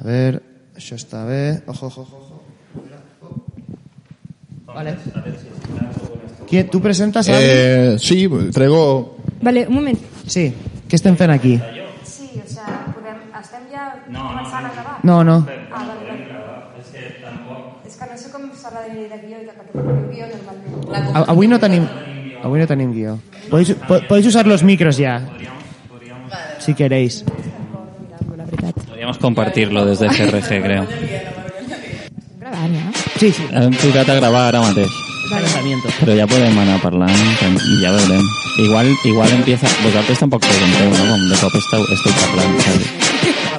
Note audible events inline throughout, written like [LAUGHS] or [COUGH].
A veure, això està bé. Ojo, ojo, ojo. ojo. Eh, Vale. Qui, tu presentes a eh... Eh, sí, traigo... Vale, un moment. Sí, què estem fent aquí? Sí, o sigui, podem... estem ja començant a gravar. No, no. Ah, vale, vale. És que no sé com s'ha de dir de guió i de que teniu guió normalment. La A- Avui no tenim... Avui no tenim guió. Podeu, po podeu usar los micros ja. Si queréis. La veritat. Podríamos compartirlo desde CRG, creo. Estem gravant, eh? Sí, sí. Hem ficat a gravar ara mateix. Pensamiento. Però ja podem anar parlant i ja veurem. Igual, igual empieza... Vosaltres tampoc pregunteu, no? Com de cop esteu, esteu parlant, saps?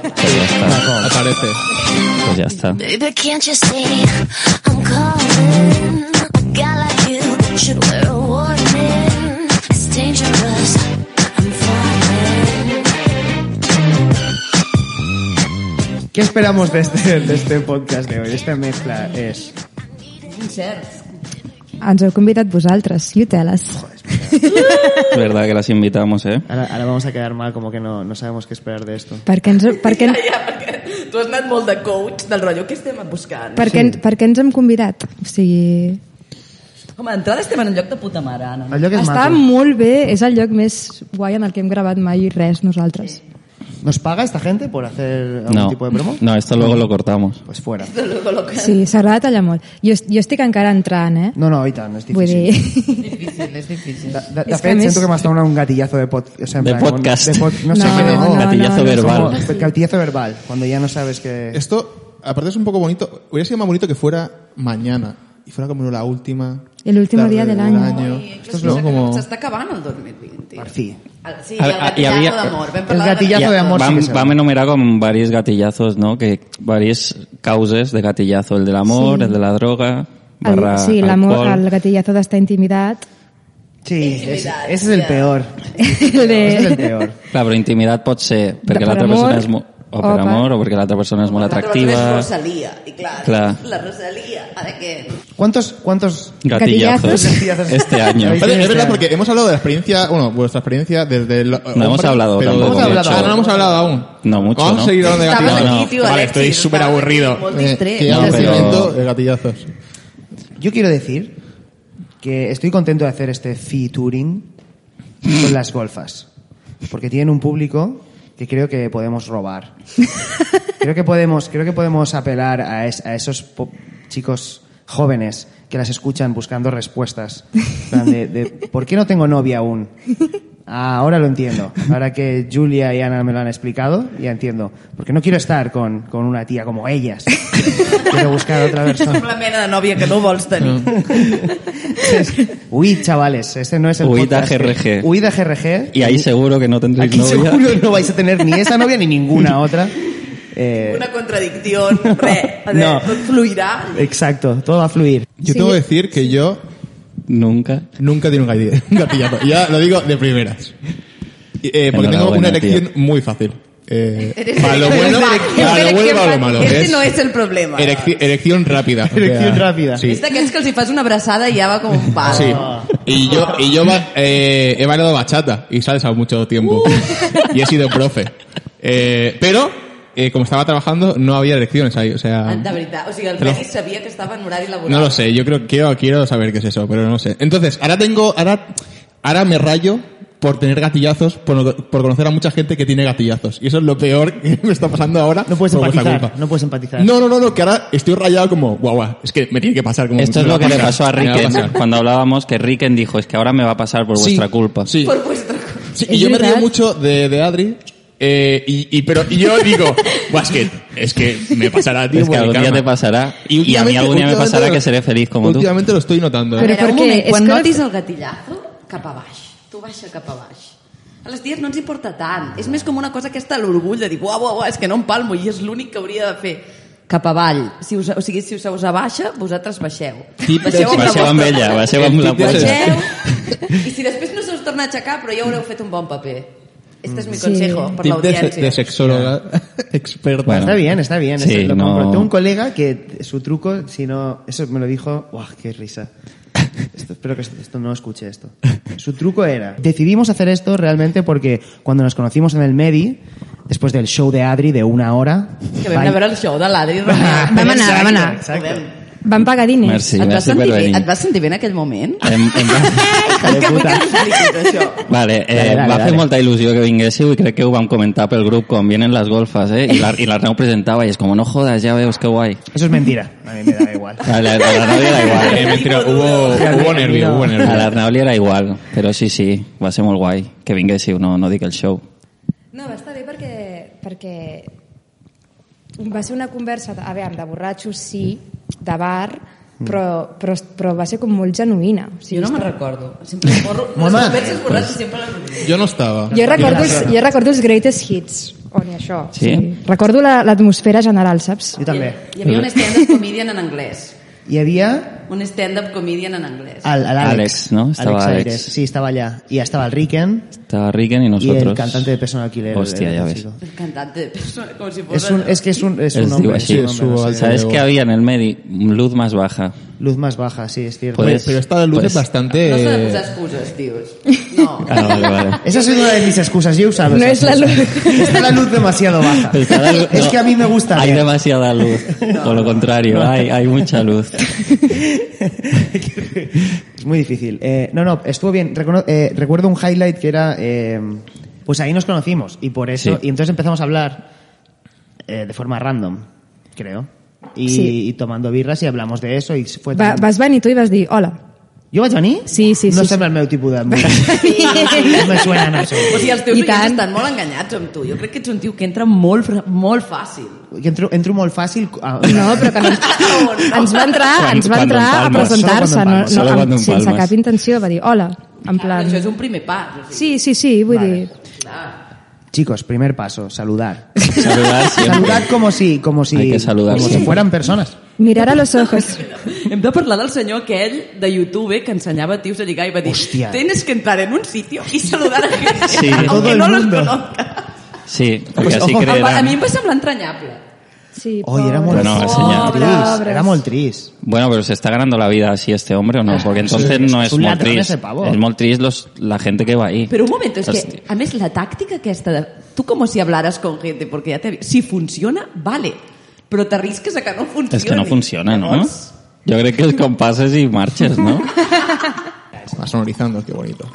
Pues ja està. Aparece. Pues ja està. Baby, can't you see I'm calling? A guy like you should wear a warning. It's dangerous. I'm falling. ¿Qué esperamos de este, de este podcast de hoy? Esta mezcla es... Ens heu convidat vosaltres, Ciuteles. És verdad que las invitamos, eh? Ahora, ahora vamos a quedar mal, como que no, no sabemos qué esperar de esto. Per què ens, per què, Ja, perquè tu has anat molt de coach del rotllo que estem buscant. per què, per què ens hem convidat? O sigui, Home, d'entrada estem en un lloc de puta mare, Anna. El lloc es està maco. molt bé, és el lloc més guai en el que hem gravat mai res nosaltres. ¿Nos paga esta gente por hacer algún No. tipo de promo? No, esto luego lo cortamos. Pues fuera. Sí, s'ha agradat allà molt. Jo, jo estic encara entrant, eh? No, no, ahorita no es Vull difícil. dir... [LAUGHS] Difícil, és difícil. De, de, de És que fet, a més- sento que m'està donant un gatillazo de, pod, o sea, en De plan, con- podcast. de pod- no, sé [LAUGHS] No, qué de- no, no, Gatillazo no, verbal. Este. como- Gatillazo verbal, cuando ya no sabes que... Esto, aparte es un poco bonito. Hubiera sido más bonito que fuera mañana. Y fuera como la última. El último tarde día del año. Ai, Esto es luego però como... S'està acabant el 2020. Al fin. El- Sí, A- el a- hi gatillazo havia- d'amor. Vam El parlar del gatillazo de amor. sí Vam, que se vam va. enumerar com varios gatillazos, ¿no? Que varias causas de gatillazo. El del amor, el de la droga, El, barra sí, l'amor, alcohol. el gatillazo d'estar intimidat. Sí, ese, Intimidad, ese es el ya. peor. El de... Ese es el peor. Clar, però intimitat pot ser perquè per l'altra amor, persona és mo- o per o per- amor o perquè l'altra persona és molt La atractiva. persona és Rosalia, i clar, Clar. la Rosalia, ara què? ¿Cuántos, cuántos Gatillazos Gatillazos. este año. Habéis- Pero es verdad Sí, porque hemos hablado de la experiencia, bueno, vuestra experiencia desde el... No hemos hablado tampoco Hemos hablado. mucho. Ah, no hemos hablado aún. No mucho, Vamos ¿no? a seguir hablando de Estabas gatillazos. No, aquí, no. tio, Vale, Alexis, estoy súper estabas aquí, aburrido. Molt Eh, distret. que ya No, hemos pero- hablado de gatillazos. Yo quiero decir que estoy contento de hacer este featuring con las golfas. Porque tienen un público que creo que podemos robar. Creo que podemos, creo que podemos apelar a, es- a esos po- chicos jóvenes que las escuchan buscando respuestas. En plan De, de, ¿Por qué no tengo novia aún? Ah, ahora lo entiendo. Ahora que Julia y Ana me lo han explicado, ya entiendo. Porque no quiero estar con, con una tía como ellas. Quiero buscar a otra persona. Amb la mena de nòvia que no vols tenir. Huid, chavales, este no es el Huid a podcast. GRG. Huid a GRG. I ahí seguro que no tendréis Aquí novia. seguro no vais a tener ni esa novia ni [LAUGHS] ninguna otra. Eh, Una contradicció, res. [LAUGHS] No. No. Tot fluirà. Exacto, todo va a fluir. Yo tengo que decir que yo Nunca. nunca tiene un gati- [LAUGHS] un gatillazo. Ya lo digo de primeras. Y, eh, porque tengo una Enhorabuena, elección muy fácil. Eh, [LAUGHS] Eres para lo eres bueno, elección- para lo elección bueno, para lo fácil. malo. Este Es no es el problema. erecci- erección rápida. o sea, Erección rápida. Sí. És d'aquells que els hi fas una abraçada i ja va com un pal. Sí. Y yo, y yo ba- eh, he bailado bachata y salsa mucho tiempo. Uh. [LAUGHS] Y he sido profe. Eh, pero, eh, como estaba trabajando, no había elecciones ahí. O sea, De veritat. O sigui, el Però- Peris sabia que estava en horari laboral. no lo sé. Yo creo quiero, quiero saber qué es eso, pero no sé. Entonces, ahora tengo, ahora, ahora me rayo por tener gatillazos, por, no- por conocer a mucha gente que tiene gatillazos. Y eso es lo peor que me está pasando ahora. No puedes por vuestra empatizar, culpa. no puedes empatizar. No, no, no, no, que ahora estoy rayado como, guau, guau, es que me tiene que pasar como... Esto es me va lo que le pasar, pasó a me va Riken pasar. cuando hablábamos que Riken dijo es que ahora me va a pasar por Sí, vuestra culpa. Sí. Por vuestra culpa. Sí, Es y yo me río verdad. mucho de, de Adri. eh, y, y- pero y yo digo, "Buah, es que, es que me pasará a ti. Es que por el algún día karma". te pasará y, a mí últimamente- algún día me últimamente pasará lo- que seré feliz como tú. Últimamente lo estoy notando. A Però ¿eh? veure, per un què? moment, És quan que- notis el gatillazo, cap a baix. Tu baixa cap a baix. A les ties no ens importa tant. És més com una cosa aquesta, l'orgull de dir, uau, uau, uau, és que no em palmo i és l'únic que hauria de fer. Cap avall. Si us, o sigui, si us, us abaixa, vosaltres baixeu. Tip- la baixeu amb vostra- ella, baixeu amb la Tip- polla. Baixeu. I si després no se us torna a aixecar, però ja haureu fet un bon paper. Este és mi Sí. consejo per Tip de, l'audiència. de sexóloga experta. Bueno. Está bien, está bien. Sí, eso lo no. compro. Tengo un colega que su truco, si no, eso me lo dijo, ¡guau, qué [LAUGHS] risa! Esto- espero que esto, esto no escuche esto. Su truco era, decidimos hacer esto realmente porque cuando nos conocimos en el Medi, Después del show de Adri de una hora. Que vam anar a veure el show de l'Adri Romà. Vam anar, vam anar. Van pagar diners. Merci, Et vas, merci sentir per bé, venir. et vas sentir bé en aquell moment? Ah, Em, em [LAUGHS] va... Ai, que [LAUGHS] vull que ens expliquis això. Vale, eh, Dale, dale, va fer dale. molta il·lusió que vinguéssiu i crec que ho vam comentar pel grup quan vienen les golfes, eh? I la- I l'Arnau presentava i és com, no jodas, ja veus que guai. Eso es mentira. A mí me da igual. A la- a l'Arnau li era igual. Eh, mentira, hubo, hubo nervio, hubo nervio. A l'Arnau li era igual, però sí, sí, va ser molt guai que vinguéssiu, no, no dic el show. No, va estar bé perquè, perquè va ser una conversa, de- a veure, de borratxos sí, de bar, Mm. però, però, però va ser com molt genuïna. O Si sigui, jo no me'n recordo. Sempre em borro. Home, les converses borratxes sempre les oblido. Yo no estaba. jo, recordo els, jo recordo els greatest hits, on hi ha això. Sí? recordo la- l'atmosfera general, saps? Yo también. Hi havia un stand-up comedian en anglès. Y había Un stand-up comedian en anglès. Ah. al, al Alex. Alex, ¿no? Estaba Alex. Aires. Sí, estaba allá. Y ya estaba el Riken Estava Riken i y nosaltres... el cantante de Personal Killer. Hostia, el- ya el ves. chico. El cantante, com si fos... Es, un, es que es un, es Es ¿eh? un digo hombre. así, es un hombre, su no sé. alter- ¿Sabes qué había en el medio? Luz más baja. Luz más baja, sí, es cierto. Pues- Pero esta luz Pues- es Eh. bastante... No s'ha de posar excuses, tios. No. Ah, vale, vale. Esa es una de mis excusas, yo sabes. No es la luz. [LAUGHS] Está la luz demasiado baja. Está la luz- es que a mí me gusta. Hay leer. [LAUGHS] demasiada luz. Por lo contrario, hay, hay mucha luz. Es muy difícil. Eh, no, no, estuvo bien. Recono- eh, recuerdo un highlight que era... eh, pues ahí nos conocimos y por eso... Sí. Y entonces empezamos a hablar eh, de forma random, creo. Y, Sí. y tomando birras y hablamos de eso y fue... Va, tan- vas venir tu i vas dir, [LAUGHS] hola. ¿Yo vaig venir? Sí, sí, no sí, sembla el meu tipus de [LAUGHS] música. no me suena en O absolut. sigui, els teus I oients tant. estan molt enganyats amb tu. Jo crec que ets un tio que entra molt, fra- molt fàcil. Entro, entro molt fàcil... a- No, però que no, ens va entrar, Quan- ens va quan entrar a empalmes. presentar-se, no, no, Solo quan amb, empalmes. sense cap intenció, va dir, hola, en plan... Això és un primer pas. O sigui, Sí, sí, sí, vull Vale. dir... Chicos, primer [LAUGHS] paso, saludar. [LAUGHS] Saludar siempre. Saludad como si, como si, Hay que saludar como si siempre. fueran personas. Mirar a los ojos. Hem de parlar del senyor aquell de YouTube que ensenyava tios a lligar i va dir Hòstia. tienes que entrar en un sitio y saludar a gente Sí. Todo aunque el no los mundo. conozca. Sí, porque Pues, así ojo. Em va- A mi creerán. em va semblar entranyable. Sí, Oye, era molt, Bueno, era ensenyar. molt trist. Era molt trist. Bueno, pero se está ganando la vida así este hombre o no, porque entonces es no un es muy ladrón triste. ese pavo. Es muy triste los, la gente que va ahí. Però un moment, és que, Hòstia. a més, la tàctica aquesta de... Tu com si hablaras con gente, porque ya te... Si funciona, vale. Però t'arrisques a que no funcioni. Es que no funciona, ¿no? Llavors, Yo creo que es con pases y [LAUGHS] marches, ¿no? Va sonorizando, qué bonito.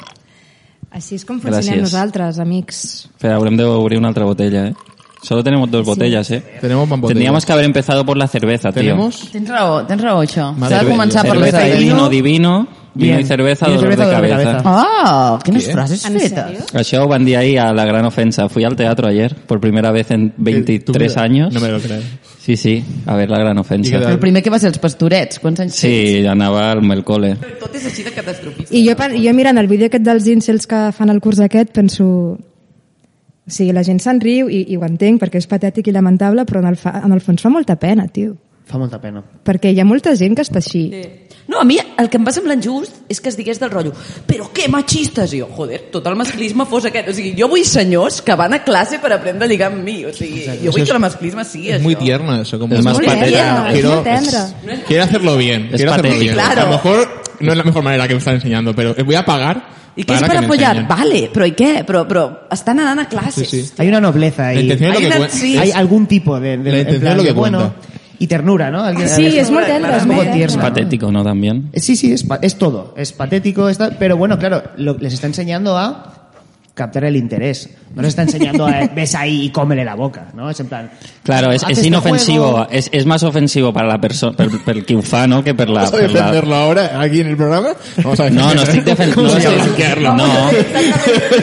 Així és com funcionem Gràcies. nosaltres, amics. Pero habremos de abrir una otra botella, ¿eh? Solo tenemos dos botellas, ¿eh? Tenemos más botellas. Tendríamos que haber empezado por la cerveza, tío. Tenemos... Tens raó, tens raó, això. Madre S'ha de mía. començar per les cerveza y aigües. vino divino, vino Bien. y cerveza, Vino y dolor cerveza, de dolor de cabeza. cabeza. Oh, quines Què? frases En sèrio? fetes. Això ho van dir ahir a La Gran Ofensa. Fui al teatro ayer, por primera vez en 23 años. Eh, No me lo creo. Sí, sí, a ver La Gran ¿Y qué Ofensa. tal? El primer que va ser els pastorets, quants anys Sí, anava al meu cole. tens? Tot és així de catastrofista. I jo, pen- jo mirant el vídeo aquest dels incels que fan el curs aquest, penso... O sigui, la gent se'n riu i, i ho entenc perquè és patètic i lamentable, però en el, fa, en el fons fa molta pena, tio. Fa molta pena. Perquè hi ha molta gent que està així. No, a mi el que em va semblar injust és que es digués del rotllo però què machistes? I jo, joder, tot el masclisme fos aquest. O sigui, jo vull senyors que van a clase per aprendre a lligar amb mi. O sigui, jo vull que el masclisme sigui Es això. muy tierno eso. Como Es más Molt patètic. tendre, és Quiero, molt tendre. quiero hacerlo bien. Es quiero hacerlo bien. patético. Claro. A lo mejor no es la mejor manera que me están enseñando, pero voy a pagar. I què és per me apoyar? enseñen. Vale, però i què? Però, però estan anant a classes. Sí, sí. Hay una nobleza La ahí. intención es lo Hay que una- cuenta. sí. Hay algún tipo de, de- La en intención plan es lo de, que bueno y ternura, ¿no? Alguien- Sí, és molt tendre, es és un poco molt Es Ah. tierno. tendre. patético, ¿no? También. Sí, sí, es, pa- es todo. Es patético, es tal, pero bueno, claro, lo- les está enseñando a captar el interés. No les está enseñando a eh, ves ahí y cómele la boca, ¿no? Es en plan... Claro, es, haz es este inofensivo. juego. Es, es más ofensivo para la persona, per, per qui ho fa, ¿no? Que per la... ¿Vamos a per la- defenderlo ahora aquí en el programa? Vamos a No, no defenderlo. estoy defendiendo. Vamos a No, blanquearlo. no,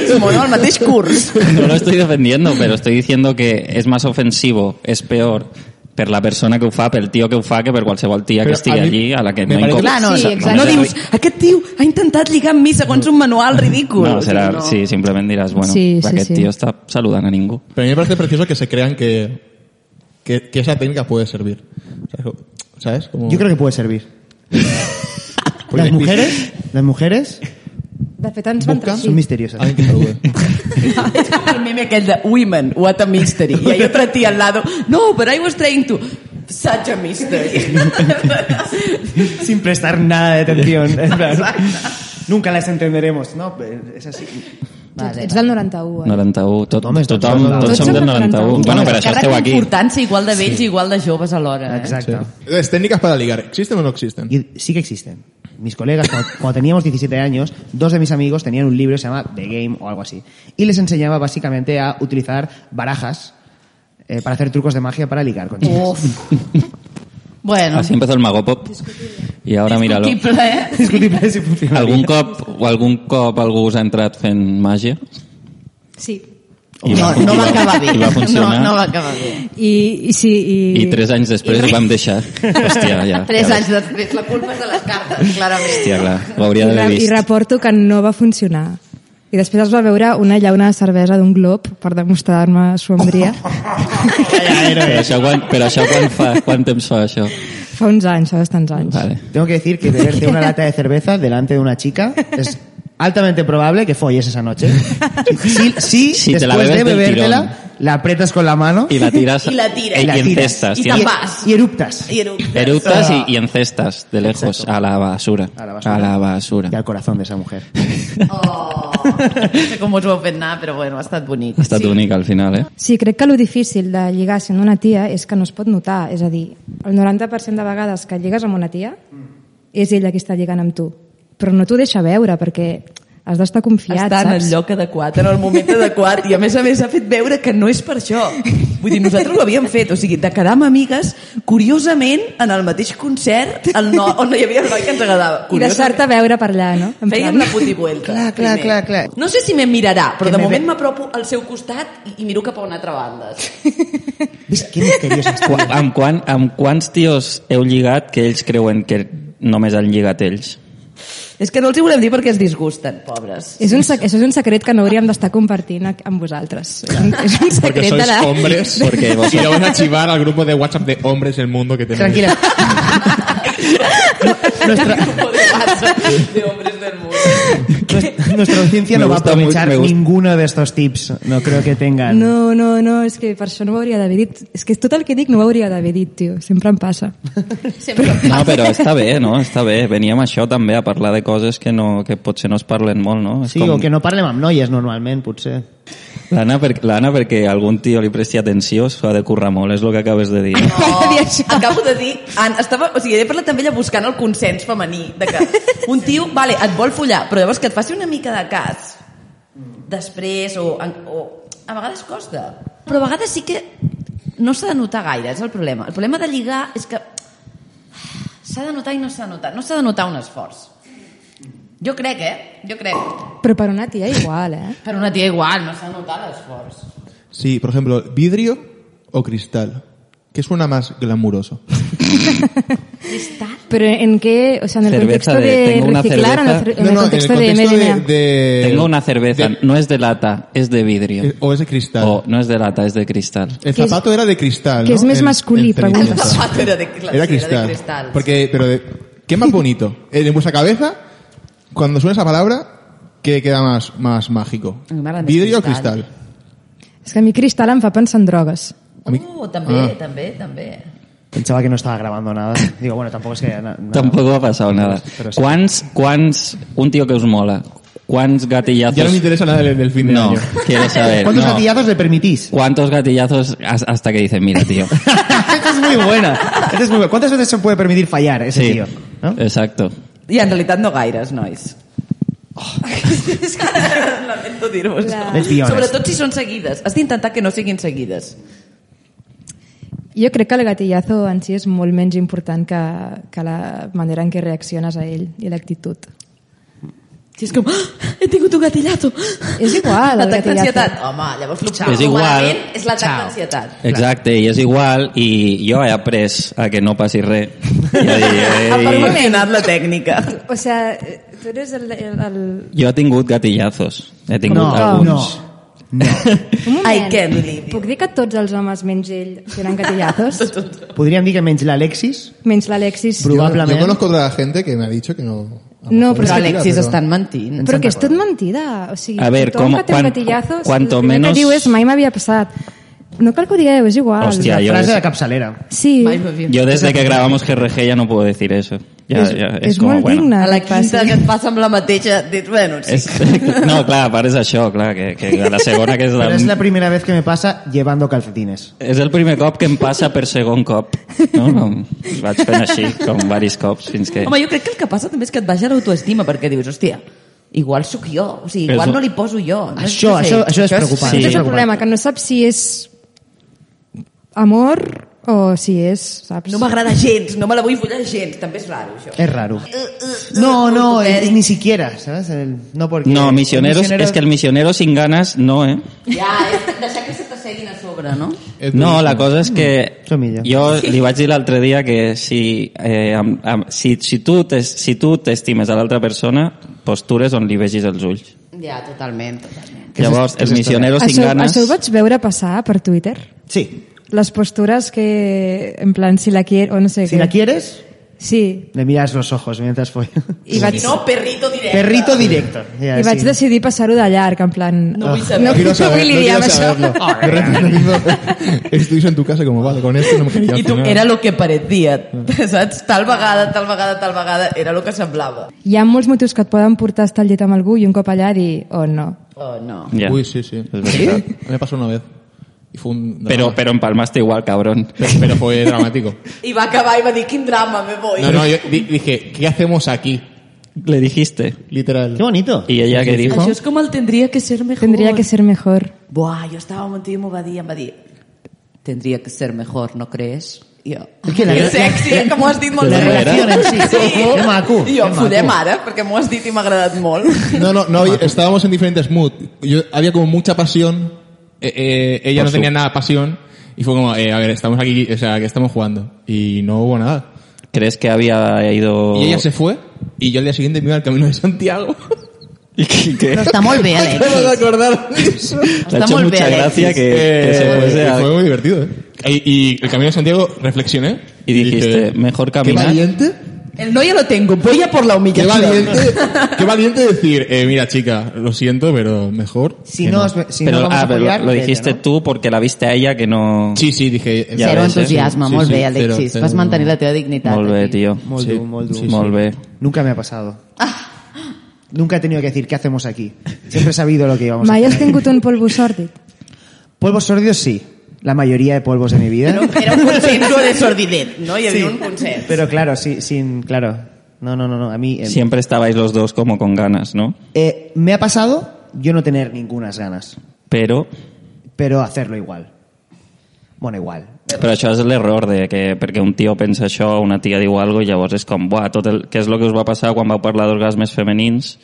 Mismo, no? El mateix curs. no lo estoy defendiendo, pero estoy diciendo que es más ofensivo, es peor per la persona que ho fa, pel tio que ho fa, que per qualsevol tia Però que estigui a mi- allí a la que me no parece- incomoda. Clar, no, Sí, no, exacte. no dius, aquest tio ha intentat lligar amb mi segons un manual ridícul. No, será, O sigui, sí, simplemente dirás, bueno, Sí, sí, aquest sí. tío está saludando a ningú. Pero a mí me parece precioso que se crean que, que, que esa técnica puede servir. O sea, co- ¿Sabes? Como- Yo creo que puede servir. Porque [LAUGHS] Las mujeres, las mujeres De fet, ens va entrar així. son misteriosas. Alguien que salude. És com [LAUGHS] el meme aquell de Women, what a mystery. I hi ha altre tia al lado, no, but I was trying to... Such a mystery. [LAUGHS] sin prestar nada de atención. En plan, Nunca las entenderemos, ¿no? Es así. Tu ets- ets del 91, eh? 91, tot, Tothom és del tothom, noranta-u. tots som del 91. Bueno, per això Càrrec esteu aquí. d'importància igual de vells i igual de joves alhora. Eh? Exacto. Entonces, técnicas para ligar, ¿existen o no existen? Y sí que existen. Mis colegas, cuando, cuando teníamos 17 años, dos de mis amigos tenían un libro que se llama The Game o algo así. Y les enseñaba básicamente a utilizar barajas eh, para hacer trucos de magia para ligar con chicas. [LAUGHS] Uf. Bueno, Así empezó el Magopop. I ara mira-lo. discutible, eh? [LAUGHS] Oh. Discutible si funciona. Algun cop, o algun cop algú us ha entrat fent màgia? Sí. I No, no va acabar bé. I va funcionar. No, no va acabar bé. I, i sí, i... I tres anys després ho vam deixar. Hòstia, ja. Tres ja anys després, la culpa és de les cartes, clarament. Hòstia, clar, ho I, hauria d'haver re- I vist. reporto que no va funcionar. I després es va veure una llauna de cervesa d'un glob per demostrar-me su [LAUGHS] hombria. Però això, quan, però això quan fa? Quant temps fa, això? Fa uns anys, fa bastants anys. Vale. Tengo que decir que beberte una lata de cerveza delante de una chica es altamente probable que folles esa noche. Sí, sí, [LAUGHS] Si te la después de bebes del bebértela, tirón. la aprietas con la mano I la tires... I la tires. I, I la i tiras. encestes. I tio. te'n vas. y eruptas. I era un- Eructes i, i encestes, de lejos, a la basura. A la basura. A la basura. Y al corazón de esa mujer. Oh, no sé com us ho heu fet anar, però bueno, ha estat bonic. Ha estat únic, al final, eh? Sí, crec que lo difícil de lligar sent una tia és que no es pot notar. És a dir, el 90% de vegades que lligues amb una tia Mm. és ella qui està lligant amb tu. Però no t'ho deixa veure perquè has d'estar confiat, Està en saps? el lloc adequat, en el moment adequat, i a més a més ha fet veure que no és per això. Vull dir, nosaltres ho havíem fet, o sigui, de quedar amb amigues, curiosament, en el mateix concert, el no, on hi havia el noi que ens agradava. I deixar-te veure per allà, no? En Fèiem plan- la puti vuelta. Clar, clar, primer. clar, clar. No sé si me mirarà, però Que de me moment ve- m'apropo al seu costat i, i miro cap a una altra banda. [LAUGHS] ¿Ves qué [LAUGHS] misteriosa es? Qu amb, quan, amb quants tios heu lligat que ells creuen que només han lligat ells? És que no els hi volem dir perquè es disgusten, pobres. És un sec- això és un secret que no hauríem d'estar compartint a- amb vosaltres. És un, és un Porque secret de sois la... hombres [LAUGHS] Porque vosotros- y lo van a chivar al grupo de WhatsApp de hombres del mundo que tenemos. Tranquila. [LAUGHS] nuestra, de hombres del [LAUGHS] mundo. nuestra audiencia Me no va a gusta muy- aprovechar me gusta. ninguno de estos tips. No creo que tengan. No, no, no, és que per això no ho hauria d'haver dit. És que tot el que dic no ho hauria d'haver dit, tio. Sempre em passa. No, però està bé, no? Està bé. Veníem a això també, a parlar de coses que, no, que potser no es parlen molt, no? És Sí, o que no parlem amb noies normalment, potser. L'Anna, per, l'Anna, perquè algun tio li presti atenció, s'ha de currar molt, és el que acabes de dir. Eh, No. No, Oh, acabo de dir... An, estava, o sigui, he parlat amb ella buscant el consens femení, de que un tio, vale, et vol follar, però llavors que et faci una mica de cas després o... en- o a vegades costa. Però a vegades sí que no s'ha de notar gaire, és el problema. El problema de lligar és que s'ha de notar i no s'ha de notar. No s'ha de notar un esforç. Jo crec, eh? Jo crec. Però per una tia igual, eh? Per una tia igual, no s'ha de notar l'esforç. Sí, por ejemplo, vidrio o cristal. ¿Qué suena más glamuroso? Pero en qué, o sea, en el Cerveza contexto de, de- tengo una reciclar, en el, cer- cerveza. en el contexto de MDMA. de- Tengo una cerveza, de- no es de lata, es de vidrio. eh, o es de cristal. O no es de lata, es de cristal. El Que es- zapato era de cristal. que ¿no? es más El- masculí, el pregunta. El trincheta. zapato era de, cristal. Era cristal. Porque, pero, de- ¿qué más bonito? [LAUGHS] Eh, En vuestra cabeza, cuando suena esa palabra, ¿qué queda más, más mágico? A mí me hablan de ¿Vidrio o cristal. cristal? És que a mi cristal em fa pensar en drogues. A mí- Uh, també, Ah. també, també. Pensaba que no estaba grabando nada. Digo, bueno, tampoco es que... na- na- Tampoco ha pasado nada. Pero sí. ¿Cuántos, cuántos, un tío que os mola, cuántos gatillazos... Ya no me interesa nada del, del fin de No, año. quiero saber. ¿Cuántos no. gatillazos le [LAUGHS] permitís? ¿Cuántos gatillazos has- hasta que dicen, mira, [LAUGHS] tío? Esta es muy buena. Esta es muy buena. ¿Cuántas veces se puede permitir fallar ese Sí, Eh, tío? ¿No? exacto. I en realitat no gaires, nois. Oh. És que Lamento dir-vos. Let's be honest. Sobretot si són seguides. Has d'intentar que no siguin seguides. Jo crec que el gatillazo en si és molt menys important que, que la manera en què reacciones a ell i l'actitud. Si és com, ah, he tingut un gatillazo. És igual, el L'atac d'ansietat. gatillazo. Home, llavors És l'objectiu igual. humanament és l'atac d'ansietat. Exacte, i és igual, i jo he après a que no [LAUGHS] passi res. I a dir, Ha "Ei, perfeccionat la tècnica. O sea, eh, tu eres el... el, el... jo he tingut gatillazos. He tingut No, alguns. no, Un moment. I can't believe it. Puc dir que tots els homes menys ell tenen gatillazos? no. Podríem dir que menys l'Alexis, menys l'Alexis. Yo, Probablemente. yo conozco otra gente que me ha dicho que no. a lo mejor No, pero es Però mentira, Alexis pero- estan mentint. Però que és tot mentida. O sigui, A ver, tothom com- que té quan- un gatillazo, cuanto el primer menos- que diu és mai m'havia passat. No cal que ho digueu, és igual. la Hòstia, jo frase des- de capçalera. Sí, Mai m'havia- Yo desde que grabamos GRG ya no puedo decir eso. Ja, és, ja, és, és com, molt bueno. digna. A la que passi. quinta que et passa amb la mateixa... Dius, bueno, sí. És, [LAUGHS] no, clar, a part és això, clar, que, que la segona que és la... Pero es la primera vez que me pasa llevando calcetines. És el primer cop que em passa per segon cop. No? Com, vaig fent així, com varis cops, fins que... Home, jo crec que el que passa també és que et baixa l'autoestima, perquè dius, hòstia, igual sóc jo, o sigui, Però igual és- no li poso jo. No és- Això- no sé. això- això és preocupant, Ah, Sí. Aquest és el problema, que no saps si és amor o si és, saps? No m'agrada gens, no me la vull follar gens, també és raro, això. Es Uh, raro. No, no, es- ni siquiera, ¿sabes? El- no porque... No, el misioneros, es que el misionero sin ganas no, eh? Ja, és deixar que se t'asseguin a sobre, no? És No, duríssim. la cosa és que Mm, Som millor. jo li vaig dir l'altre dia que si, eh, amb, amb, si, si tu t'es- si tu t'estimes a l'altra persona, postures on li vegis els ulls. Ja, totalment, totalment. és- Llavors, què és els esto? misioneros sin això, ganas... això ho vaig veure passar per Twitter. Sí. Les postures que, en plan, si la quiero, o no sé Si què. la quieres, Sí. le miras los ojos mientras [LAUGHS] fue. I vaig, No, perrito directe. Perrito directo. Ya, i vaig sí. decidir passar-ho de llarg, en plan... No vull no, saber. quiero no saber- vull Ah. no quiero lidiar amb això. saberlo. Ah. De repente [LAUGHS] empiezo- estuviste en tu casa como, vale, con esto no Ah. me quería I tu, cenar. era lo que parecía, saps? Tal vegada, tal vegada, tal vegada, era lo que semblava. Hi ha molts motius que et poden portar a estar al llit amb algú i un cop allà dir, oh no. Oh, no. Ja. Uy, sí, sí. Es verdad. Me pasó una vez. Y fue un... Pero, pero empalmaste igual, cabrón. pero fue dramático. I va acabar i va dir, quin drama, me voy. No, no, yo di- dije, ¿qué hacemos aquí? Le dijiste. Literal. Qué bonito. ¿Y ella qué dijo? Això és com el tendria que ser mejor. Tendría que ser mejor. Buah, jo estava amb un tio i m'ho va dir, em va dir, tendria que ser mejor, no crees? I jo, És que la- que sexy, eh, que m'ho has dit molt La Però bé. relación en sí. Qué maco. I jo, qué maco. fodem ara, perquè m'ho has dit i m'ha agradat molt. No, no, no, había- estábamos en diferentes mood. Yo, había como mucha pasión, eh, eh, ella Por no su- tenía nada de pasión, y fue como, eh, a ver, estamos aquí, o sea, que estamos jugando. Y no hubo nada. ¿Crees que había ido...? Y ella se fue, y yo al día siguente me iba al camino de [LAUGHS] Santiago. [LAUGHS] ¿Y qué- qué? Està molt bé, [LAUGHS] [LAUGHS] Acabo de acordar de eso. Le ha Está hecho muy mucha bien, gracia Alexis. que, que se Eh, fuese y a- fue muy divertido, ¿eh? Y, y el camino de Santiago reflexioné. Y dijiste, dije, mejor Qué caminar". valiente, El no ya lo tengo, voy a por la qué humillación. [LAUGHS] valiente, qué valiente decir, eh, mira chica, lo siento, pero mejor. Si que no, os- si no Pero, vamos a ah, pero apoyar, lo vete, dijiste ¿no? tú porque la viste a ella que no... Sí, sí, dije... Ja Cero ves, eh? entusiasme, Sí, molt sí, bé, cero, Alexis. cero. Vas mantenir la teva dignitat. Molt bé, aquí. tío. Molt Sí, dur, molt dur. sí, sí. Molt bé. Nunca me ha pasado. Ah. Nunca he tenido que decir qué hacemos aquí. Siempre he sabido lo que íbamos a Mai hacer. has tingut un polvo sòrdid? Polvos sordios sí. La mayoría de polvos de mi [LAUGHS] vida. Era, era un consenso de sordidet, no? Hi havia un consens. Pero claro, sí, sin, claro. No, no, no, no. A mí eh, Siempre estabais los dos como con ganas, ¿no? eh, me ha pasado yo no tener ningunas ganas, Pero... pero hacerlo igual. Bueno, igual. Però això és l'error, de que, perquè un tio pensa això, una tia diu alguna cosa, i llavors és com, buah, tot el, què és el que us va passar quan vau parlar d'orgasmes femenins?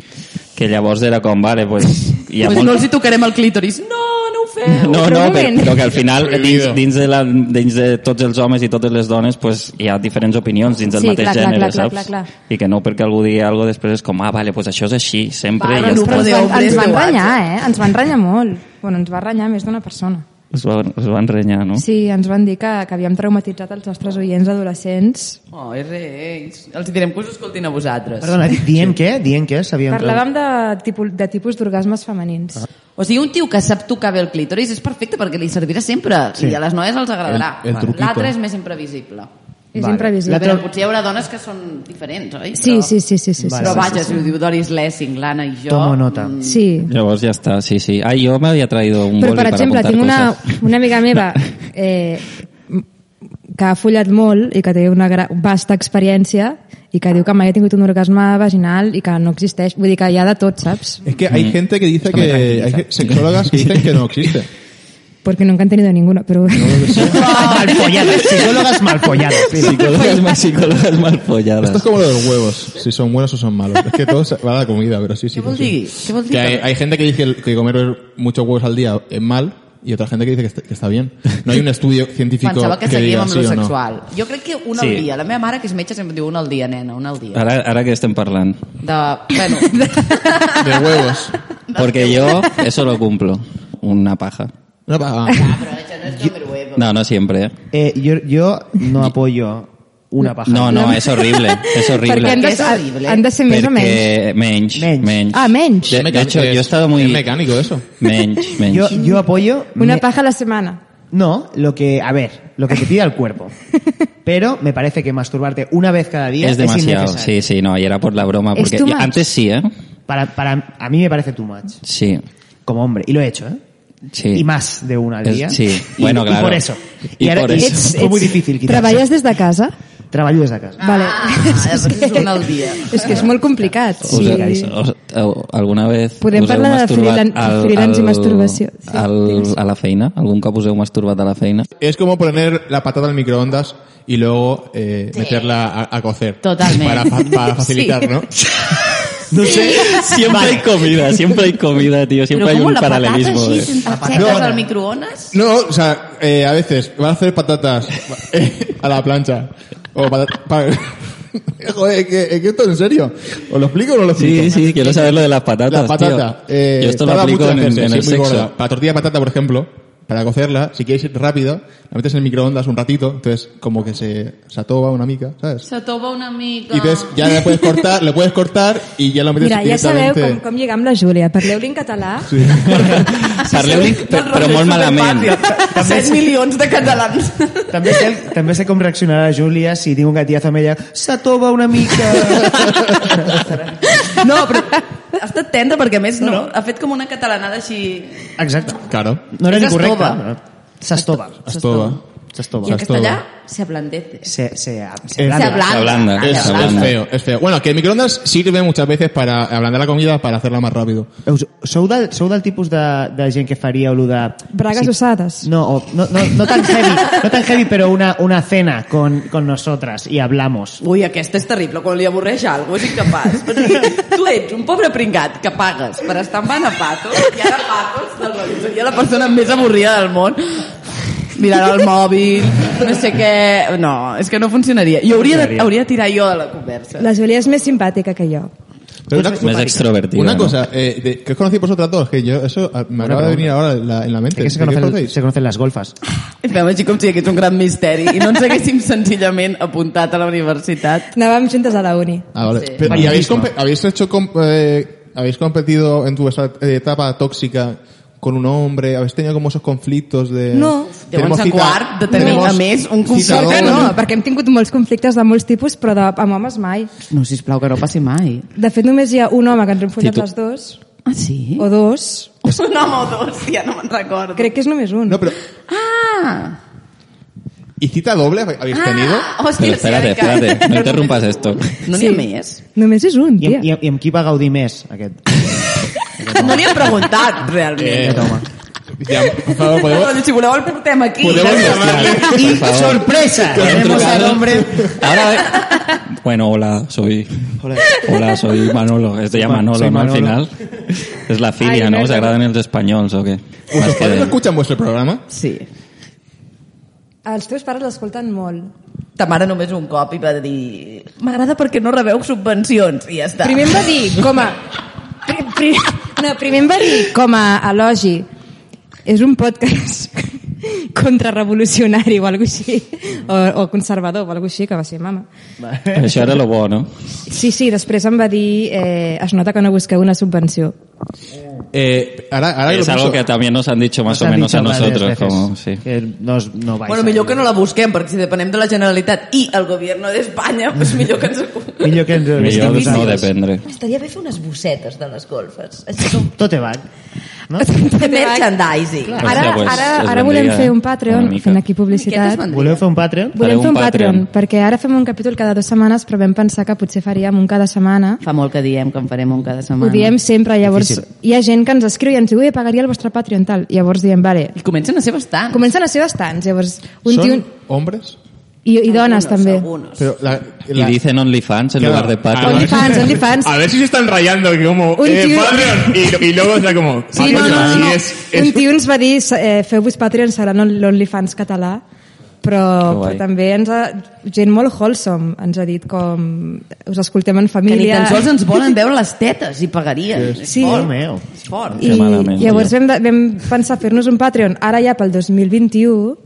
Que llavors era com, vale, pues... Hi ha Pues molt- no els hi tocarem el clítoris. No, no ho feu. [LAUGHS] No, no, però, però que al final dins, Prohibido. dins, de la, dins de tots els homes i totes les dones pues, hi ha diferents opinions dins del Sí, mateix clar, clar, gènere, clar, clar, saps? clar, clar. I que no perquè algú digui alguna cosa després és com, ah, vale, pues això és així, sempre... Va, i ja no, no. està. Però ens de van, hombres ens van de WhatsApp. renyar, eh? Ens van renyar molt. Bueno, ens va renyar més d'una persona. Us, van, us van renyar, no? Sí, ens van dir que, que havíem traumatitzat els nostres oients adolescents. Oh, és reis. Els direm que us escoltin a vosaltres. Perdona, ¿dien qué? ¿Dien qué? Sabían Parlàvem de tipus de tipus d'orgasmes femenins. O sigui, un tio que sap tocar bé el clítoris és perfecte perquè li servirà sempre sí. i a les noies els agradarà. El- el truquito. L'altre és més imprevisible. És Vale. imprevisible. La Però tro- potser hi haurà dones que són diferents, oi? Sí, Però- sí, sí, sí, sí. sí. Vale. Però vaja, si ho diu Doris Lessing, l'Anna i jo... mm, Tomo nota. Sí. Llavors ja està, sí, sí. Ah, jo m'havia traído un Però, boli per exemple, apuntar tinc una, coses. una amiga meva eh, que ha follat molt i que té una gra- vasta experiència i que diu que mai ha tingut un orgasme vaginal i que no existeix. Vull dir que hi ha de tot, saps? Es que hay gente que dice que... Hay ge- sexólogas que dicen que no [LAUGHS] existe. Porque nunca han tenido ninguno, pero... Malfolladas, psicólogas malfolladas. Psicòlogues, mal, psicòlogues mal follades. Esto es como lo de los huevos, si son buenos o son malos. Es que todo se- va a la comida, pero sí, sí. Què vol sí. dir? Què vol dir? Que eh, hay, hay gente que dice que comer muchos huevos al día es mal y otra gente que dice que está, que está bien. No hay un [LAUGHS] estudio científico Pensava que, que seguíem diga amb sí lo o no. sexual. Jo crec que un Sí. Ah. al dia. La meva mare, que és metge, sempre diu un al dia, nena, un al dia. Ara, ara que estem parlant. De... Bueno, [LAUGHS] De [LAUGHS] huevos. Porque yo eso lo cumplo. Una paja. No, va, va. però això no és número huevo. No, no siempre, ¿eh? Eh, yo, yo no apoyo una paja. No, no, és horrible. És horrible. [LAUGHS] Perquè han de, És horrible. han de ser més o menys. Perquè menys. Menys. Ah, menys. De, de hecho, yo he estado muy... Es mecánico eso. Menys, menys. Yo, yo apoyo... Una me- paja a la setmana. No, lo que... A ver, lo que te pida el cuerpo. Pero me parece que masturbarte una vez cada día es es, demasiado. innecesario. sí, sí, no, y era por la broma. Es Porque too y much. antes sí, ¿eh? Para, para, a mí me parece too much. Sí, Como hombre. Y lo he hecho, ¿eh? sí. Y más de una al Es- día. sí. Y- Bueno, y claro. por eso. Y por eso. Ets- Fue muy difícil quitarse. Treballes des de casa? Treballo des de casa. Vale. doncs Ah, [LAUGHS] és un al dia. És que és molt complicat. Us- us- us- alguna vez Podem us heu parlar de masturbat freelan- al- freelance i al- masturbació. Sí, al- a la feina? Algun cop us heu masturbat a la feina? Es como poner la patata al microondas y luego eh, meterla a, a cocer. Totalmente. Para, fa- para facilitar, [LAUGHS] Sí. ¿no? No sé, siempre hay comida, siempre hay comida, tío, siempre Però hay com un la patata paralelismo. així, de- sense No, aixeques no. al microones? No, o sea, eh, a veces van a hacer patatas eh, a la plancha. O patata, pa- [LAUGHS] Joder, ¿es que, es que esto en serio. ¿Os lo explico o no lo explico? Sí, sí, quiero saber lo de las patatas, La patata. tío. eh, Yo esto lo tarda aplico mucho en, hacerse, en sí, el es muy gorda. sexo. Para la tortilla de patata, por ejemplo, para cocerla, si quieres ir rápido, la metes en el microondas un ratito, entonces como que se, se atoba una mica, ¿sabes? S'atoba una mica. Y entonces ya la puedes cortar, la puedes cortar y ya la metes Mira, ja sabeu directamente. com, com lligar amb la Júlia. Parleu-li en català. Sí. Parleu-li, però, però molt malament. 7 milions de catalans. També sé, també sé com reaccionarà la Júlia si tinc un gatillazo amb ella. S'atoba una mica. [LAUGHS] No, però ha estat tendre perquè, a més, no, ha fet com una catalanada així... Exacte. Claro. No era És ni correcte. Estoba. S'estova. estopa. I en S'estova. S'estova. castellà, se aplantece. Se, se, se, Eh, Se ablanda. Se ablanda. Ah, Es, se Eso, ablanda. es feo, es feo. Bueno, que el microondas sirve muchas veces para ablandar la comida para hacerla más rápido. Us- sou, del, sou del tipus de, de gent que faria olor de... Bragues usades. No, o, no, no, no tan heavy, no tan heavy, pero una, una cena con, con nosotras y hablamos. Ui, aquesta és terrible, quan li avorreix alguna cosa és incapaç. Perquè tu ets un pobre pringat que pagues per estar amb Ana Patos i ara Patos del rotllo, seria la persona més avorrida del món mirant el mòbil, no sé què... No, és que no funcionaria. I hauria de, hauria de tirar jo de la conversa. La Júlia és més simpàtica que jo. Pero una, Más extrovertido. Una cosa, eh, de- que os conocéis vosotras dos, que yo, eso ah, me acaba de venir ahora en la, en la mente. Es que se ¿De qué os conocen, conocéis? se conocen las golfas. Ens fem així com si hi hagués un gran misteri i no ens haguéssim senzillament apuntat a la universitat. Anàvem juntes a la uni. Ah, vale. Sí. Pero, ¿Y habéis, Periodismo. compe- habéis hecho comp- eh, habéis competido en tu esa- eh, etapa tóxica con un hombre? ¿Habéis tenido como esos conflictos de...? No. De once a quart, de tenir, tenemos a més, un cita concert Sort que que doble. no, perquè hem tingut molts conflictes de molts tipus, però de, amb homes mai. No, sisplau, que no passi mai. De fet, només hi ha un home que ens hem follat Tito. les dues, Ah, sí? o dos. Un home o dos, ja no me'n recordo. Crec que és només un. No, pero... Ah! ¿Y cita doble habéis tenido? Pero espérate, espérate, no interrumpas esto. No n'hi ha més? Només és un, I, tia. amb- i, amb- i amb qui va gaudir més aquest? No n'hi hem preguntat, realment. Eh, Ya, por favor, podemos... [LAUGHS] Però, si voleu el portem aquí. podemos mezclar. Y favor. sorpresa, Podemos tenemos trucar. al hombre... Ahora, eh, bueno, hola, soy... Hola. soy Manolo. Esto ya Ma- Manolo, soy ¿no? Al Manolo. final. Es la filia, Ay, ¿no? no, ¿Os no. agradan los españoles o qué? Más ¿Vuestros que- padres no escuchan vuestro programa? Sí. Els teus pares l'escolten molt. Ta mare només un cop i va dir m'agrada perquè no rebeu subvencions i ja està. Primer em va dir, com a... Pri, pri, no, primer em va dir, com a elogi, és un podcast [LAUGHS] contrarrevolucionari o alguna així, o, o conservador o alguna així, que va ser mama. Això era lo bo, no? Sí, sí, després em va dir, eh, es nota que no busqueu una subvenció. Eh, ahora, ahora que lo Es algo pienso- que también nos han dicho más Nos o han menos a dicho varias nosotros. veces Como, sí. que no, os- no vais Bueno, a- millor que no la busquem, perquè si depenem de la Generalitat i el govern d'Espanya, doncs millor que ens... Millor que ens ho visquem Millor no nosaltres. dependre. Estaria bé fer unes bossetes de les golfes. Així com... Tot te van. No? [LAUGHS] De merchandising. Clar. Ara, Hòstia, pues, ara, es ara volem vendria fer un una Patreon, mica. fent aquí Miquetes publicitat. vendria. Voleu fer un Patreon? Volem Fareu fer un un Patreon, Patreon. perquè ara fem un capítol cada dues setmanes, però vam pensar que potser faríem un cada setmana. Fa molt que diem que en farem un cada setmana. Ho diem sempre, llavors Difícil. hi ha gent que ens escriu i ens diu «Ui, pagaria el vostre Patreon, tal». Llavors diem «Vale». I comencen a ser bastants. Comencen a ser bastants, llavors un ¿Son tio... hombres? I, i dones, també. Algunos. Pero la, Y la- dicen OnlyFans en Claro. Ah, lugar de ¿eh? A ver Patreon. si- OnlyFans, OnlyFans. A ver si se están rayando, que como, Un eh, tío- Patreon, y, y luego está como, [LAUGHS] Sí, no, Patreon, no, no. y no. es- es- Un tio ens va dir eh, «Feu-vos Patreon, serà no- l'OnlyFans català». Però, Que guai. però també ens ha, gent molt wholesome ens ha dit com us escoltem en Que família ni tan sols ens [LAUGHS] volen veure les tetes i pagarien. És Sí. fort. meu. És fort. I Que malament, llavors tio. vam, de- vam pensar fer-nos un Patreon ara ja pel 2021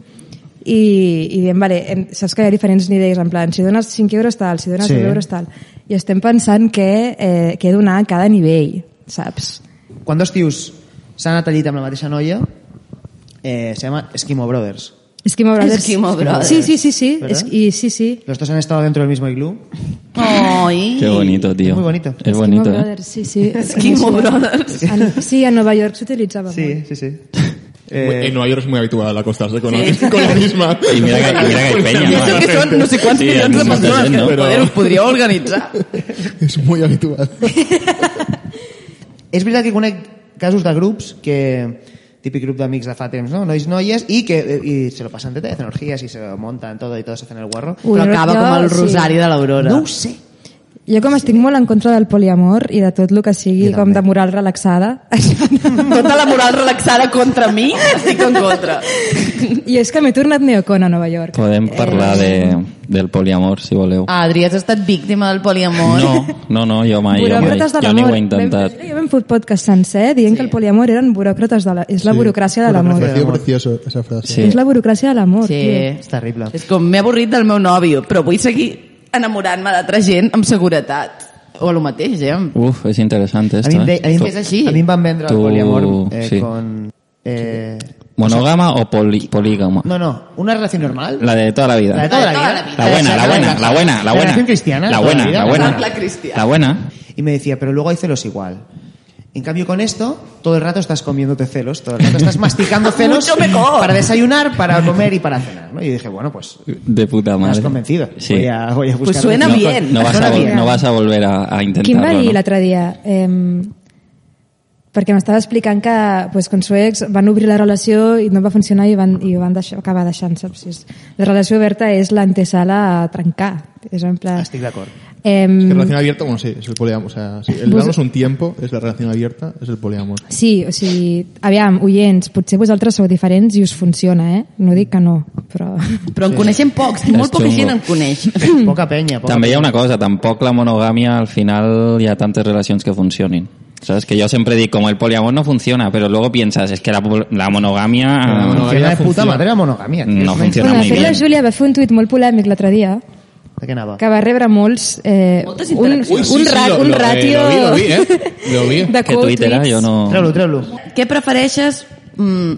i, i diem, vale, hem, saps que hi ha diferents nivells, en plan, si dones 5 euros tal, si dones Sí. sí. 10 euros tal, i estem pensant que, eh, que donar a cada nivell, saps? Quan dos tios s'han anat al llit amb la mateixa noia, eh, se llama Esquimo Brothers. Eskimo Brothers. Eskimo Brothers. Sí, sí, sí, sí. ¿Verdad? Es- y sí, sí. Los dos han estado dentro del mismo iglú. Ay. Qué bonito, tío. Es muy bonito. Es Eskimo bonito, ¿eh? Brothers, sí, sí. Eskimo Brothers. En- sí, a Nueva York s'utilitzava Sí, molt. sí, sí. en Nueva York es muy habitual acostarse con, Sí. la, con la misma. [LAUGHS] Y mira que, mira [LAUGHS] que hay peña, I ¿no? això que són no sé quants Sí, milions de molta persones gent, que no? no? poder us podríeu organitzar. Es muy [LAUGHS] habitual. És veritat que conec casos de grups que típic grup d'amics de fa temps, no? Nois, noies, i que eh, i se lo pasan teta, hacen orgías y se lo montan todo y todos hacen el guarro. Ui, Però no, acaba jo- com el sí. rosari de l'Aurora. No ho sé. Jo com estic molt en contra del poliamor i de tot el que sigui com de moral relaxada, [LAUGHS] això no. Tota la moral relaxada contra mi, estic en contra. I és que m'he tornat neocon a Nova York. Podem parlar de, del poliamor, si voleu. Ah, Adri, has estat víctima del poliamor. No, no, no, jo mai, jo mai. buròcrates de Jo ni ho l'amor. he intentat. Vam, jo vam fer un podcast sencer dient sí. que el poliamor eren buròcrates de la, és la Sí, burocràcia de burocràcia l'amor. de l'amor. precioso esa frase. Sí. És la burocràcia de l'amor, Sí. tio. És terrible. És com, m'he avorrit del meu nòvio, però vull seguir enamorant-me d'altra gent amb seguretat. O el mateix, eh? Uf, és interessant, A esto, mi, em de, eh? a, mi, És així. a mi em van vendre el Tu- poliamor eh, sí. con... Eh, Monogama o poli, polígama? no, no, una relación normal. La de toda la vida. La de toda la vida. La buena, la buena, la buena, la buena. relación cristiana. La toda buena, vida. la buena. La cristiana. La buena. Y me decía, pero luego hay celos igual. En cambio, con esto, todo el rato estás comiéndote celos, todo el rato estás masticando celos Mucho mejor. para desayunar, para comer y para cenar. ¿no? Y dije, bueno, pues De puta me has madre. convencido. Sí. Voy, a, voy a buscar. Pues suena no, bien. No vas, a, Suena vol- bien. [LAUGHS] no vas a volver a, a Qui em va intentarlo, dir ¿no? l'altre dia? Eh, perquè m'estava explicant que pues, con su ex van obrir la relació i no va funcionar i van, i van deixar, acabar deixant, saps? És, la relació oberta és l'antesala a trencar. És en plan... Estic d'acord. Que Eh, relación abierta, bueno, sí, es el poliamor. O sea, sí, el Pues- darnos un tiempo es la relación abierta, es el poliamor. Sí, o sigui, aviam, oients, potser vosaltres sou diferents i us funciona, eh? No dic que no, però... Però en coneixem pocs, molt poca xungo. gent en coneix. Poca peña. Poca També hi ha una cosa, tampoc la monogàmia al final hi ha tantes relacions que funcionin. Saps? Que jo sempre dic, com el poliamor no funciona, però luego piensas, es que la, la monogàmia... Però la eh, monogàmia Funciona de puta funciona. madre la monogamia. tío. No Es una funciona. Bueno, de muy fet, la bien. Júlia va fer un tuit molt polèmic l'altre dia inf- ¿De qué nada? que va rebre molts... Eh, Moltes un, interaccions. un, ra lo- un lo- eh, ratio... Lo vi, lo vi, ¿eh? Lo vi. De que quote Twitter, eh, tweets. jo no... Treu-lo, treu-lo. Què prefereixes mm,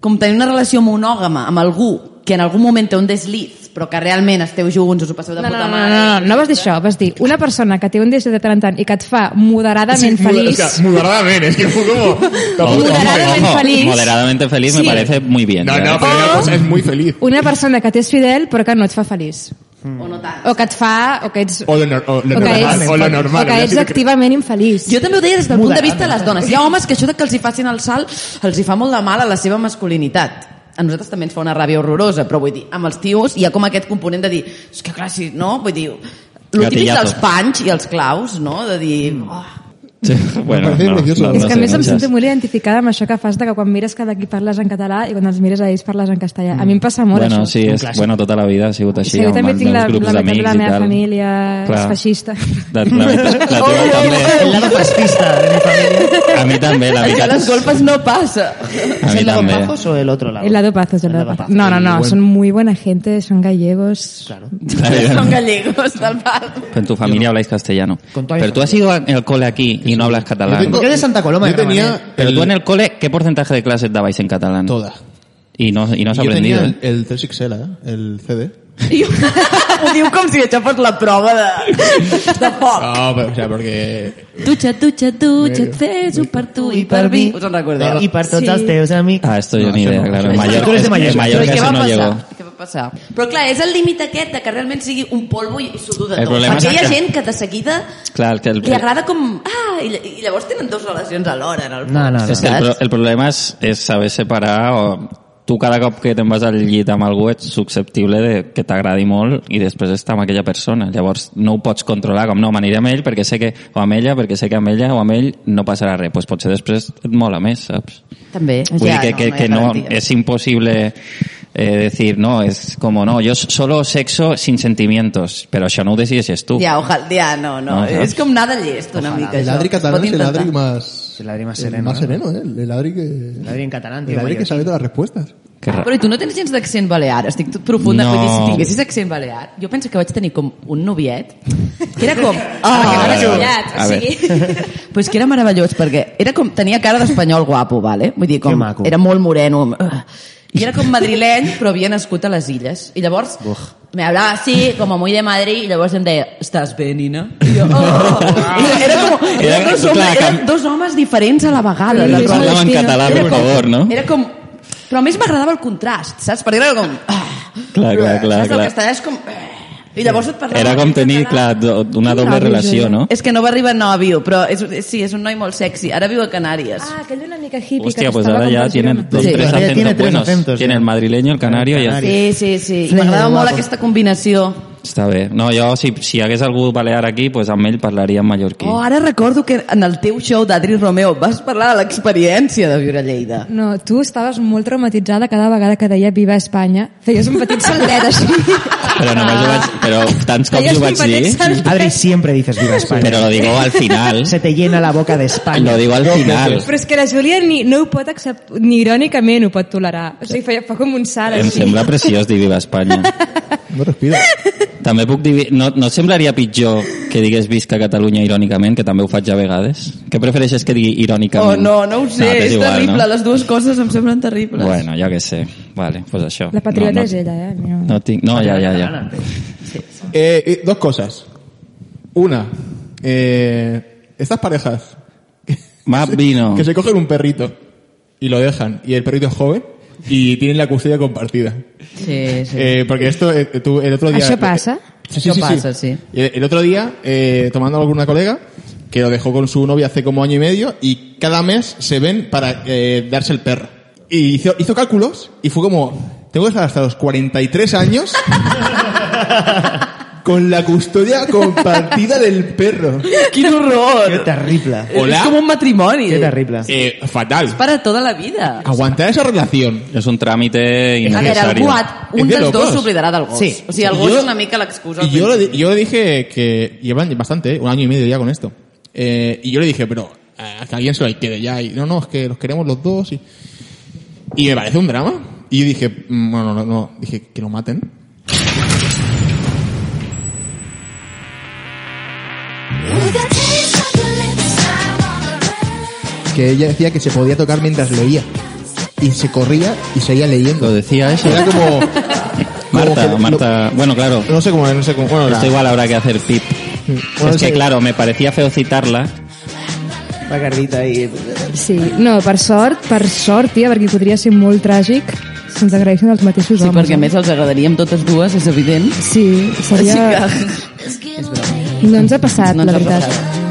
com tenir una relació monògama amb algú que en algun moment té un desliz, però que realment esteu junts, us ho passeu de No, no, puta no, no, mare... no, no, no vas dir això, vas dir una persona que té un desig de tant en tant i que et fa moderadament Sí, moder- feliç... o sea, moderadamente, es que fue [LAUGHS] como... Tampoco- Moderadamente Ojo, feliz. Moderadamente feliz me Sí. parece muy bien. No, no, la verdad. pero Oh. una cosa es muy feliz. Una persona que t'és fidel però que no et fa feliç. O no tant. O que et fa... O que ets... O lo, nor- o lo o que normal, ets, o lo normal. o que voy a ets decir que- activament infeliç. Mm. Jo també ho deia des del punt de vista de les dones. Hi ha homes que això de que els hi facin el salt els hi fa molt de mal a la seva masculinitat. A nosaltres també ens fa una ràbia horrorosa, però vull dir, amb els tios hi ha com aquest component de dir, és que clar, si no, vull dir, el típic Gatillazo. dels panys i els claus, no?, de dir... Oh, [LAUGHS] Sí, bueno, parece no, precioso. no, no És que a sé, més em no sé. sento molt identificada amb això que fas de que quan mires cada aquí parles en català i quan els mires a ells parles en castellà. A mi em passa molt Mm. Bueno, això. sí, és, bueno, tota la vida ha sigut Sí, així. jo amb també els tinc meus la- grups la meitat de d'amics la i meva tal. família és fascista. Oh, La, la, [LAUGHS] meitat- la teva també. El lado fascista de mi familia. A mi també, [LAUGHS] la això a meitat. les golfes no [LAUGHS] passa. A ¿Es mi el lado també. [LAUGHS] Pazos o el otro lado? El lado pazos, el El lado lado pazos. pazos. No, no, no, Bueno. son muy buena gente, son gallegos. Claro. [LAUGHS] Són gallegos, del pal. En tu familia habláis castellano. Con toda mi Pero tú has ido al cole aquí y no hablas Yo catalán. tengo- Porque eres Santa Coloma, Yo tenía... Gramenet. Pero el- tú en el cole, ¿qué porcentaje de clases dabais en catalán? Toda. Y no, y no has Yo tenía aprendido. el, el 3XL, ¿eh? El CD. I ho diu com si això fos la prova de, de foc. No, Ah, pero, o sea, porque... Dutxa't, dutxa't, dutxa't, fes-ho per tu i per mi. Us en recordeu? Y per tots Sí. els teus amics. Ah, esto No, yo ni eso idea, no. claro. En Eso no. Mallorca, Tú eres de Mallorca. en Mallorca Però què eso va no passar? llegó. Què va passar? Però clar, és el límit aquest de que realment sigui un polvo i sudo de El tot. problema és Perquè hi ha que- gent que de seguida Claro, que el, li agrada com... Ah, i, ll- i llavors tenen dues relacions alhora. En el fons, No, no, no. És que el, pro saps? el problema és, és saber separar o tu cada cop que te'n vas al llit amb algú ets susceptible de que t'agradi molt i després estar amb aquella persona. Llavors no ho pots controlar, com no, m'aniré amb ell perquè sé que, o amb ella, perquè sé que amb ella o amb ell no passarà res. Doncs potser després et mola més, saps? També. Vull dir que, que, que no, garanties. es imposible eh, decir, no, es como no, yo s- solo sexo sin sentimientos, pero això no ho decideixes tu. Ja, ojalà, ja, no, no. No, saps? és com anar de llest una mica. El això. Adri Es pot catalán es el intentar. Adri más... El Adri más sereno, Más ¿no? sereno, ¿eh? El Adri que... El Adri en catalán, tío. El Adri mayor. que sabe todas las respuestas. Que ra- Però i tu no tens gens d'accent balear? Estic tot profunda, No. no. perquè si tinguessis accent balear... Jo penso que vaig tenir com un noviet, que era [LAUGHS] com... A Ah, veure, oh, a veure. [LAUGHS] Però és que era meravellós, perquè era com, tenia cara d'espanyol guapo, vale? Vull dir, com, Que maco. era molt moreno. eh, I era com madrileny, però havia nascut a les illes. I llavors me hablava así, como muy de Madrid, i llavors em deia, ¿estás bé, nina? I [LAUGHS] jo, oh! Era com, era, Era- dos, homes, clar, eren cam- dos homes diferents a la vegada. Sí, la sí, cosa. Hablaba en català, Era por com- favor, no? Era com... Però a més m'agradava el contrast, saps? Perquè era com... Ah, Clar, clar, clar, saps? El clar. castellà és com... Ah, I llavors et parlava... Era com tenir, clar, do- una doble Nòvio, relació, jo. no? És que no va arribar nòvio, però és, és- sí, és un noi molt sexy. Ara viu a Canàries. Ah, aquell una mica hippie Hostia, que pues estava ahora com ya per tienen Girona. los Sí. tres Tiene acentos tres buenos. acentos, tiene ja. el madrileño, el canario y el... Canario. Sí, sí, sí. I Flamengo, M'agradava molt guapo. aquesta combinació. Està bé. No, jo, si, si hi hagués algú balear aquí, pues amb ell parlaria en mallorquí. Oh, ara recordo que en el teu show d'Adri Romeo vas parlar de l'experiència de viure a Lleida. No, tu estaves molt traumatitzada cada vegada que deia Viva Espanya. Feies un petit saltet [LAUGHS] així. Però només ho vaig... Però tants cops Feies ho un vaig petit dir. saltet. Adri, siempre dices viva España. Però lo digo al final. [LAUGHS] Se te llena la boca de España. Lo digo al final. Però és que la Júlia ni, no ho pot acceptar, ni irònicament ho pot tolerar. O sigui, feia, fa com un salt Em així. sembla preciós dir Viva [LAUGHS] Espanya. No respiro. També puc dir... No, no et semblaria pitjor que digués visca Catalunya irònicament, que també ho faig a vegades? Què prefereixes que digui Oh, irònicament? no, no ho sé, t'és és igual, terrible. no? Les dues coses em semblen terribles. Bueno, jo què sé. Vale, pues això. La patriota no, no, és ella, eh? No. No, tinc... no ja, ja, ja. [LAUGHS] Eh, eh, dos cosas. Una, eh, estas parejas Más vino. que se cogen un perrito y lo dejan, y el perrito es joven y tienen la custodia compartida. Sí, sí. Eh, porque esto, eh, tú, el otro día... ¿Eso pasa? Sí, sí, Eso sí, sí. pasa, sí. El, el otro día, eh, tomando algo con una colega, que lo dejó con su novia hace como año y medio, y cada mes se ven para eh, darse el perro. Y hizo, hizo cálculos, y fue como, tengo que estar hasta los 43 [LAUGHS] años con la custodia compartida del perro. Quin Qué horror! terrible. Hola. És com un matrimoni. Qué terrible. Eh, fatal. Per a tota la vida. Aguantar esa relación. És un tràmite A veure, innecessari. algú, ha- un És de dels dos locos. s'oblidarà del gos. Sí. O sigui, el Sí, gos jo- és una mica l'excusa. al Y yo le, di- principi. yo le dije que llevan bastante, ¿eh? un año y medio ya con esto. Eh, y yo le dije, pero eh, que alguien se lo quede ya. Y no, no, es que los queremos los dos. Y, y me parece un drama. Y yo dije, mm, bueno, no, no, dije que lo maten. Que ella decía que se podía tocar mientras leía. Y se corría y seguía Lo leyendo. decía eso. Era [LAUGHS] como... Marta, como que- Marta... Bueno, claro. No sé cómo, no sé cómo. Bueno, nada. Esto igual habrá que hacer pip. Bueno, es que, sí. claro, me parecía feo citarla. La Carlita ahí. Sí, no, per sort, per sort, tia, perquè podria ser molt tràgic si ens agraeixen els mateixos Sí, homes. eh? perquè a més els agradaríem totes dues, és evident. Sí, Així seria... que... No ens ha passat, No ens la ha veritat. passat.